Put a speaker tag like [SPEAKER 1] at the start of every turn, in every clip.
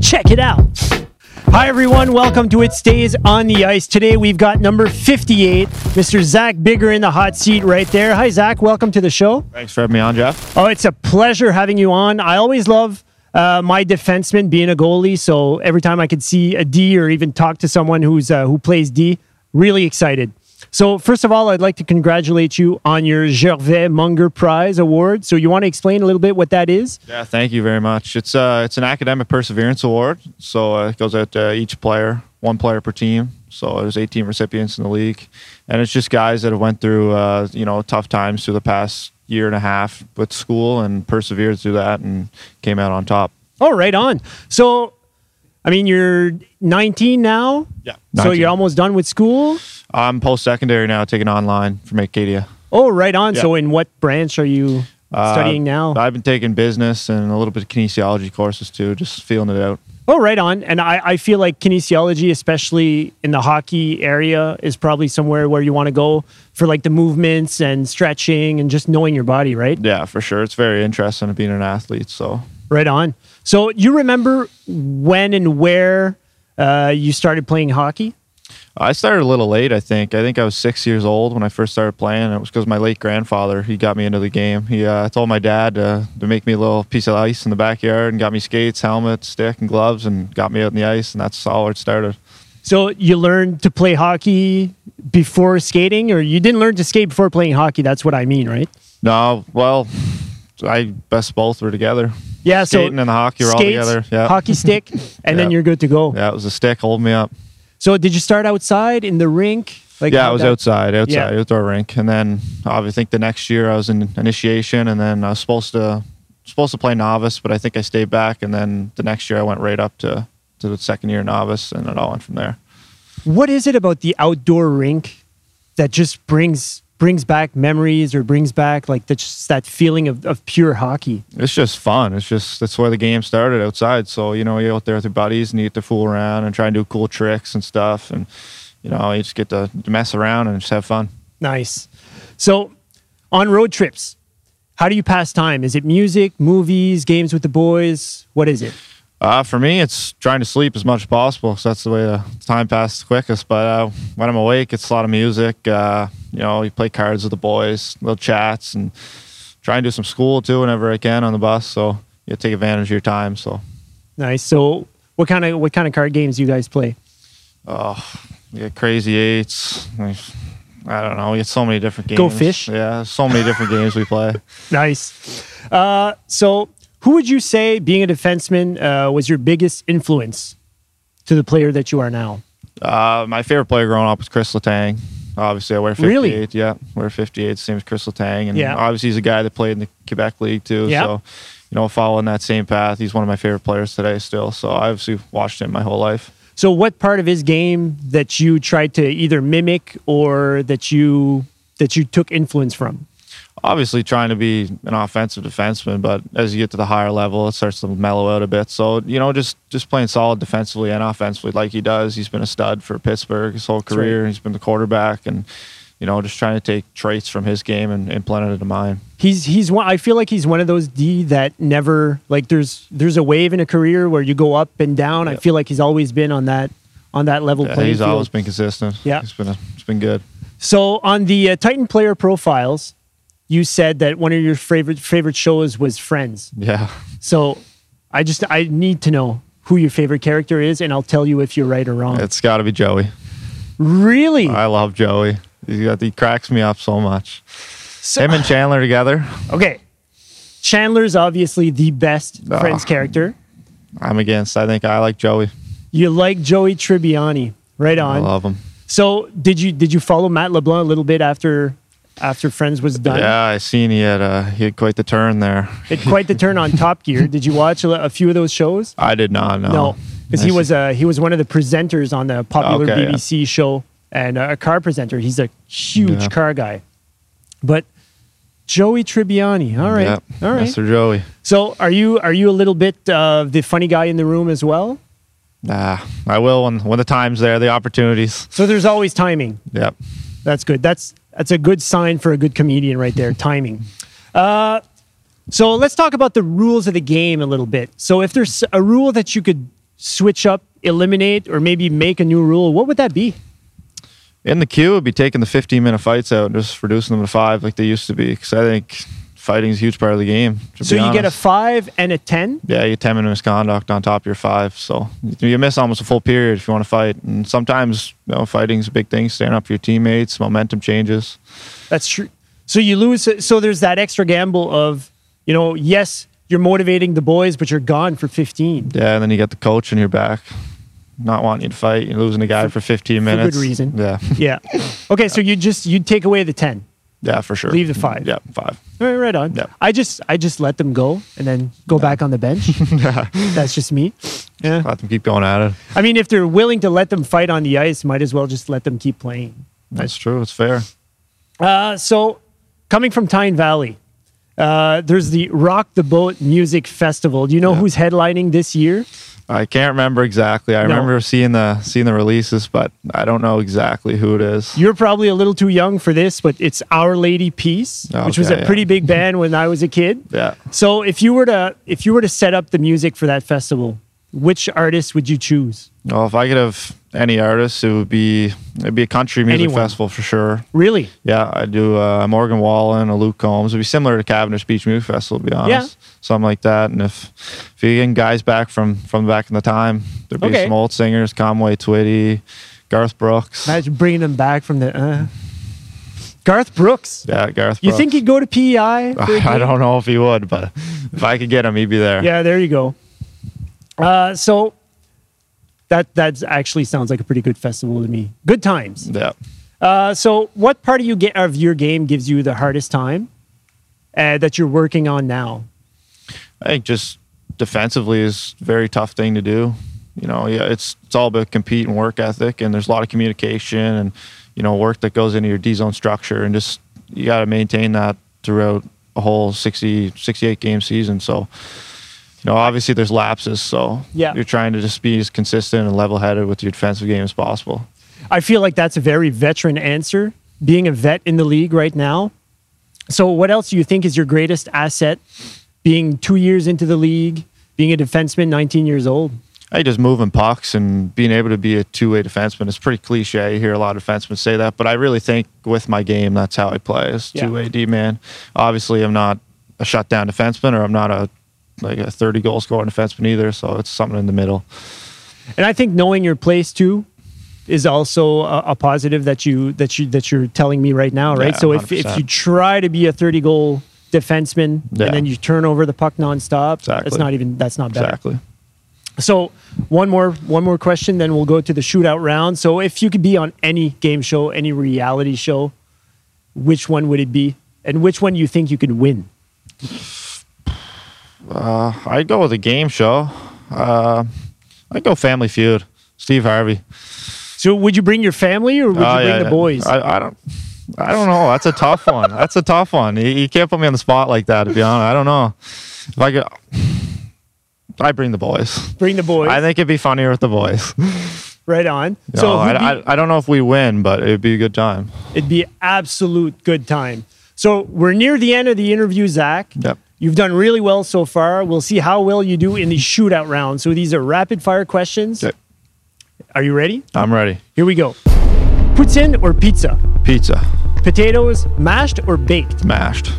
[SPEAKER 1] Check it out. Hi, everyone. Welcome to It Stays on the Ice. Today, we've got number 58, Mr. Zach Bigger in the hot seat right there. Hi, Zach. Welcome to the show.
[SPEAKER 2] Thanks for having me on, Jeff.
[SPEAKER 1] Oh, it's a pleasure having you on. I always love uh, my defenseman being a goalie. So every time I could see a D or even talk to someone who's uh, who plays D, really excited. So first of all, I'd like to congratulate you on your Gervais Munger Prize award. So you want to explain a little bit what that is?
[SPEAKER 2] Yeah, thank you very much. It's uh, it's an academic perseverance award, so uh, it goes out to each player, one player per team. So there's 18 recipients in the league, and it's just guys that have went through uh, you know tough times through the past year and a half with school and persevered through that and came out on top.
[SPEAKER 1] Oh, right on. So, I mean, you're 19 now.
[SPEAKER 2] Yeah,
[SPEAKER 1] So you're almost done with school.
[SPEAKER 2] I'm post secondary now, taking online from Acadia.
[SPEAKER 1] Oh, right on.
[SPEAKER 2] Yeah.
[SPEAKER 1] So in what branch are you
[SPEAKER 2] Uh,
[SPEAKER 1] studying now?
[SPEAKER 2] I've been taking business and a little bit of kinesiology courses too, just feeling it out.
[SPEAKER 1] Oh, right on. And I, I feel like kinesiology, especially in the hockey area, is probably somewhere where you want to go for like the movements and stretching and just knowing your body, right?
[SPEAKER 2] Yeah, for sure. It's very interesting being an athlete. So
[SPEAKER 1] Right on. So you remember when and where uh, you started playing hockey?
[SPEAKER 2] I started a little late, I think. I think I was six years old when I first started playing. and It was because my late grandfather he got me into the game. He uh, told my dad uh, to make me a little piece of ice in the backyard and got me skates, helmet, stick, and gloves, and got me out in the ice. And that's all it started.
[SPEAKER 1] So you learned to play hockey before skating, or you didn't learn to skate before playing hockey? That's what I mean, right?
[SPEAKER 2] No, well, I best both were together.
[SPEAKER 1] Yeah.
[SPEAKER 2] Skating
[SPEAKER 1] so
[SPEAKER 2] and the hockey were uh, all
[SPEAKER 1] skates,
[SPEAKER 2] together. Yeah,
[SPEAKER 1] hockey stick, and then
[SPEAKER 2] Yeah.
[SPEAKER 1] you're good to go.
[SPEAKER 2] yeah, it was a stick holding me up.
[SPEAKER 1] So did you start outside in the rink? Like
[SPEAKER 2] yeah, I
[SPEAKER 1] how'd
[SPEAKER 2] was
[SPEAKER 1] that-
[SPEAKER 2] outside, outside,
[SPEAKER 1] Yeah.
[SPEAKER 2] outdoor rink, and then uh, I think the next year I was in initiation, and then I was supposed to supposed to play novice, but I think I stayed back, and then the next year I went right up to to the second year novice, and it all went from there.
[SPEAKER 1] What is it about the outdoor rink that just brings brings back memories or brings back like that's just that feeling of, of pure hockey?
[SPEAKER 2] It's just fun. It's just that's where the game started outside. So you know you're out there with your buddies, and you get to fool around and try and do cool tricks and stuff, and you know you just get to mess around and just have fun.
[SPEAKER 1] Nice. So on road trips, how do you pass time? Is it music, movies, games with the boys? What is it?
[SPEAKER 2] Uh, for me, it's trying to sleep as much as possible because that's the way the time passes the quickest. But uh, when I'm awake, it's a lot of music. Uh, you know, you play cards with the boys, little chats, and try and do some school too whenever I can on the bus. So you take advantage of your time. So
[SPEAKER 1] Nice. So what kind of what kind of card games do you guys play?
[SPEAKER 2] you get crazy eights. I don't know. You get so many different games.
[SPEAKER 1] Go fish?
[SPEAKER 2] Yeah, so many different games we play.
[SPEAKER 1] Nice. Uh, so who would you say being a defenseman uh, was your biggest influence to the player that you are now?
[SPEAKER 2] Uh, my favorite player growing up was Chris Letang. Obviously, I wear 58.
[SPEAKER 1] Really?
[SPEAKER 2] Yeah, wear 58, same as Chris Letang. And
[SPEAKER 1] Yeah.
[SPEAKER 2] obviously, he's a guy that played in the Quebec League, too.
[SPEAKER 1] Yeah.
[SPEAKER 2] So, you know, following that same path, he's one of my favorite players today still. So, I obviously watched him my whole life.
[SPEAKER 1] So, what part of his game that you tried to either mimic or that you that you took influence from?
[SPEAKER 2] Obviously, trying to be an offensive defenseman, but as you get to the higher level, it starts to mellow out a bit. So, you know, just just playing solid defensively and offensively like he does. He's been a stud for Pittsburgh his whole
[SPEAKER 1] right.
[SPEAKER 2] career. He's been the quarterback and, you know, just trying to take traits from his game and implement it into mine.
[SPEAKER 1] He's he's one. I feel like he's one of those D that never like there's there's a wave in a career where you go up and down. I
[SPEAKER 2] Yeah.
[SPEAKER 1] feel like he's always been on that on that level
[SPEAKER 2] Yeah,
[SPEAKER 1] playing
[SPEAKER 2] he's
[SPEAKER 1] field.
[SPEAKER 2] always been consistent.
[SPEAKER 1] Yeah.
[SPEAKER 2] it's been a, it's been good.
[SPEAKER 1] So on the uh, Titan player profiles, you said that one of your favorite favorite shows was Friends.
[SPEAKER 2] Yeah,
[SPEAKER 1] So I just I need to know who your favorite character is, and I'll tell you if you're right or wrong.
[SPEAKER 2] it's got to be Joey.
[SPEAKER 1] really?
[SPEAKER 2] I love Joey. He got he cracks me up so much.
[SPEAKER 1] So-
[SPEAKER 2] Him and Chandler together.
[SPEAKER 1] Okay. Chandler's obviously the best
[SPEAKER 2] Ah.
[SPEAKER 1] Friends character.
[SPEAKER 2] I'm against. I think I like Joey.
[SPEAKER 1] You like Joey Tribbiani, right
[SPEAKER 2] I
[SPEAKER 1] on.
[SPEAKER 2] love him.
[SPEAKER 1] so did you did you follow Matt LeBlanc a little bit after after Friends was done?
[SPEAKER 2] Yeah, I seen he had uh, he had quite the turn there.
[SPEAKER 1] It quite the turn on Top Gear. Did you watch a, a few of those shows?
[SPEAKER 2] I did not know.
[SPEAKER 1] No, because he
[SPEAKER 2] I
[SPEAKER 1] was
[SPEAKER 2] see.
[SPEAKER 1] uh, he was one of the presenters on the popular
[SPEAKER 2] Okay, yeah.
[SPEAKER 1] BBC show and uh, a car presenter. He's a huge
[SPEAKER 2] Yeah.
[SPEAKER 1] car guy, but Joey Tribbiani. All right,
[SPEAKER 2] Yeah,
[SPEAKER 1] all right.
[SPEAKER 2] Mr. Joey.
[SPEAKER 1] So are you are you a little bit of the funny guy in the room as well?
[SPEAKER 2] Nah, I will when when the time's there, the opportunities.
[SPEAKER 1] So there's always timing.
[SPEAKER 2] Yep.
[SPEAKER 1] That's good. That's that's a good sign for a good comedian right there. timing. Uh, so let's talk about the rules of the game a little bit. So if there's a rule that you could switch up, eliminate, or maybe make a new rule, what would that be?
[SPEAKER 2] In the queue, would be taking the 15 minute fights out and just reducing them to five like they used to be. Because I think fighting is a huge part of the game. to
[SPEAKER 1] So
[SPEAKER 2] be
[SPEAKER 1] you get a
[SPEAKER 2] honest.
[SPEAKER 1] five and a 10.
[SPEAKER 2] yeah, you get 10 minute misconduct on top of your five. So you miss almost a full period if you want to fight. And sometimes you know, fighting's a big thing, standing up for your teammates, momentum changes.
[SPEAKER 1] That's true. So you lose. So there's that extra gamble of, you know, yes, you're motivating the boys, but you're gone for 15
[SPEAKER 2] Yeah, and then you get the coach in your back, not wanting you to fight. You're losing a guy for, 15
[SPEAKER 1] good
[SPEAKER 2] minutes.
[SPEAKER 1] reason.
[SPEAKER 2] Yeah,
[SPEAKER 1] Yeah. Okay. So you just, you'd take away the 10.
[SPEAKER 2] yeah, for sure.
[SPEAKER 1] Leave the five.
[SPEAKER 2] Yeah, five.
[SPEAKER 1] All right, right on.
[SPEAKER 2] Yeah.
[SPEAKER 1] I just, I just let them go and then go back on the bench. That's just me. Yeah.
[SPEAKER 2] Let them keep going at it.
[SPEAKER 1] I mean, if they're willing to let them fight on the ice, might as well just let them keep playing.
[SPEAKER 2] That's true. It's fair.
[SPEAKER 1] Uh, so, coming from Tyne Valley, uh, there's the Rock the Boat Music Festival. Do you know who's headlining this year?
[SPEAKER 2] I can't remember exactly. I
[SPEAKER 1] No.
[SPEAKER 2] remember seeing the seeing the releases, but I don't know exactly who it is.
[SPEAKER 1] You're probably a little too young for this, but it's Our Lady Peace,
[SPEAKER 2] Oh,
[SPEAKER 1] which was
[SPEAKER 2] okay,
[SPEAKER 1] a
[SPEAKER 2] yeah.
[SPEAKER 1] pretty big band when I was a kid.
[SPEAKER 2] Yeah.
[SPEAKER 1] So, if you were to if you were to set up the music for that festival, which artists would you choose?
[SPEAKER 2] Well, if I could have any artist, it would be it'd be a country music
[SPEAKER 1] Anyone.
[SPEAKER 2] festival for sure.
[SPEAKER 1] Really?
[SPEAKER 2] Yeah, I do uh, Morgan Wallen, a Luke Combs. It'd be similar to Cavendish Beach Music Festival, to be honest. Something like that. And if if you get guys back from from back in the time, there'd be
[SPEAKER 1] Okay.
[SPEAKER 2] some old singers, Conway Twitty, Garth Brooks.
[SPEAKER 1] Imagine bringing them back from the uh, Garth Brooks.
[SPEAKER 2] Yeah, Garth.
[SPEAKER 1] You
[SPEAKER 2] Brooks.
[SPEAKER 1] think he'd go to E PEI? for a
[SPEAKER 2] I
[SPEAKER 1] gig?
[SPEAKER 2] don't know if he would, but if I could get him, he'd be there.
[SPEAKER 1] Yeah, there you go. Uh, so that that actually sounds like a pretty good festival to me. Good times.
[SPEAKER 2] Yeah.
[SPEAKER 1] Uh, so, what part of you get of your game gives you the hardest time uh, that you're working on now?
[SPEAKER 2] I think just defensively is a very tough thing to do. You know, yeah, it's it's all about compete and work ethic, and there's a lot of communication and you know work that goes into your D zone structure, and just you got to maintain that throughout a whole 60, 68 game season. So, you know, obviously there's lapses, so
[SPEAKER 1] Yeah.
[SPEAKER 2] you're trying to just be as consistent and level headed with your defensive game as possible.
[SPEAKER 1] I feel like that's a very veteran answer. Being a vet in the league right now. So, what else do you think is your greatest asset? Being two years into the league, being a defenseman, 19 years old.
[SPEAKER 2] I think just moving pucks and being able to be a two way defenseman is pretty cliche. You hear a lot of defensemen say that, but I really think with my game, that's how I play is
[SPEAKER 1] Yeah.
[SPEAKER 2] two way D man. Obviously, I'm not a shutdown defenseman or I'm not a like a 30 goal scoring defenseman either. So it's something in the middle.
[SPEAKER 1] and I think knowing your place too is also a, a positive that you that you that you're telling me right now, right?
[SPEAKER 2] Yeah,
[SPEAKER 1] so if if
[SPEAKER 2] 100%.
[SPEAKER 1] you try to be a 30 goal defenseman
[SPEAKER 2] Yeah.
[SPEAKER 1] and then you turn over the puck nonstop, that's
[SPEAKER 2] Exactly.
[SPEAKER 1] not even that's not better.
[SPEAKER 2] Exactly.
[SPEAKER 1] So one more one more question, then we'll go to the shootout round. So if you could be on any game show, any reality show, which one would it be, and which one you think you could win?
[SPEAKER 2] Uh, I'd go with a game show. Uh, I'd go Family Feud, Steve Harvey.
[SPEAKER 1] So would you bring your family or would
[SPEAKER 2] Oh,
[SPEAKER 1] you bring
[SPEAKER 2] yeah,
[SPEAKER 1] the
[SPEAKER 2] yeah.
[SPEAKER 1] boys?
[SPEAKER 2] I, I don't. I don't know. That's a tough one. That's a tough one. You, you can't put me on the spot like that. To be honest, I don't know. If I could, I bring the boys.
[SPEAKER 1] bring the boys.
[SPEAKER 2] I think it'd be funnier with the boys.
[SPEAKER 1] right on.
[SPEAKER 2] So
[SPEAKER 1] who'd
[SPEAKER 2] I,
[SPEAKER 1] be-
[SPEAKER 2] I, I don't know if we win, but it'd be a good time.
[SPEAKER 1] It'd be absolute good time. So we're near the end of the interview, Zach.
[SPEAKER 2] Yep.
[SPEAKER 1] You've done really well so far. We'll see how well you do in the shootout round. So these are rapid fire questions.
[SPEAKER 2] Okay.
[SPEAKER 1] Are you ready?
[SPEAKER 2] I'm ready.
[SPEAKER 1] Here we go. Poutine or pizza?
[SPEAKER 2] Pizza,
[SPEAKER 1] Potatoes mashed or baked?
[SPEAKER 2] mashed,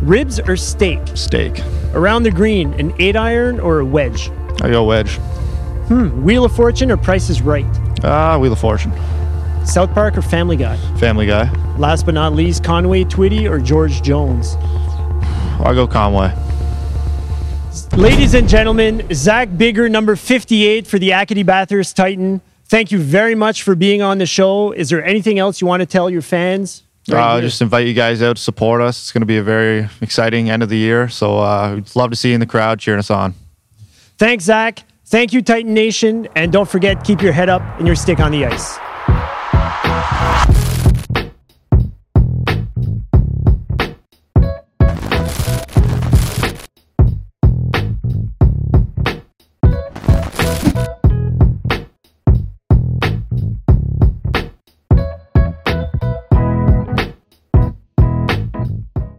[SPEAKER 1] Ribs or steak?
[SPEAKER 2] steak.
[SPEAKER 1] Around the green, an eight iron or a wedge?
[SPEAKER 2] I go wedge.
[SPEAKER 1] Wheel of Fortune or Price is Right?
[SPEAKER 2] Ah, Wheel of Fortune,
[SPEAKER 1] South Park or Family Guy?
[SPEAKER 2] Family Guy.
[SPEAKER 1] Last but not least, Conway Twitty or George Jones?
[SPEAKER 2] I go Conway.
[SPEAKER 1] Ladies and gentlemen, Zach Bigger, number 58 for the Acadie Bathurst Titan. Thank you very much for being on the show. Is there anything else you want to tell your fans?
[SPEAKER 2] I
[SPEAKER 1] Right
[SPEAKER 2] uh,
[SPEAKER 1] here.
[SPEAKER 2] just invite you guys out to support us. It's going to be a very exciting end of the year. So uh, we'd love to see you in the crowd cheering us on.
[SPEAKER 1] Thanks, Zach. Thank you, Titan Nation. And don't forget, keep your head up and your stick on the ice.